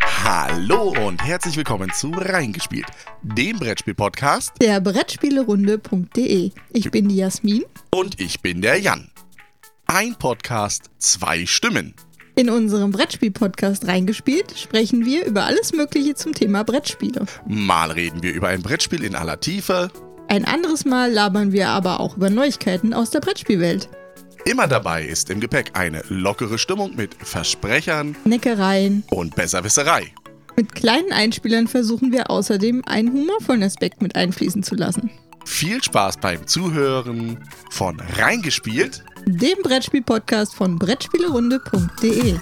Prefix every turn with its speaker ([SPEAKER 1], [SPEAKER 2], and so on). [SPEAKER 1] Hallo und herzlich willkommen zu Reingespielt, dem Brettspiel-Podcast.
[SPEAKER 2] Der Brettspielerunde.de. Ich bin die Jasmin.
[SPEAKER 1] Und ich bin der Jan. Ein Podcast, zwei Stimmen.
[SPEAKER 2] In unserem Brettspiel-Podcast reingespielt sprechen wir über alles Mögliche zum Thema Brettspiele.
[SPEAKER 1] Mal reden wir über ein Brettspiel in aller Tiefe.
[SPEAKER 2] Ein anderes Mal labern wir aber auch über Neuigkeiten aus der Brettspielwelt.
[SPEAKER 1] Immer dabei ist im Gepäck eine lockere Stimmung mit Versprechern
[SPEAKER 2] Neckereien.
[SPEAKER 1] und Besserwisserei.
[SPEAKER 2] Mit kleinen Einspielern versuchen wir außerdem, einen humorvollen Aspekt mit einfließen zu lassen.
[SPEAKER 1] Viel Spaß beim Zuhören von Reingespielt.
[SPEAKER 2] Dem Brettspiel-Podcast von Brettspielerunde.de.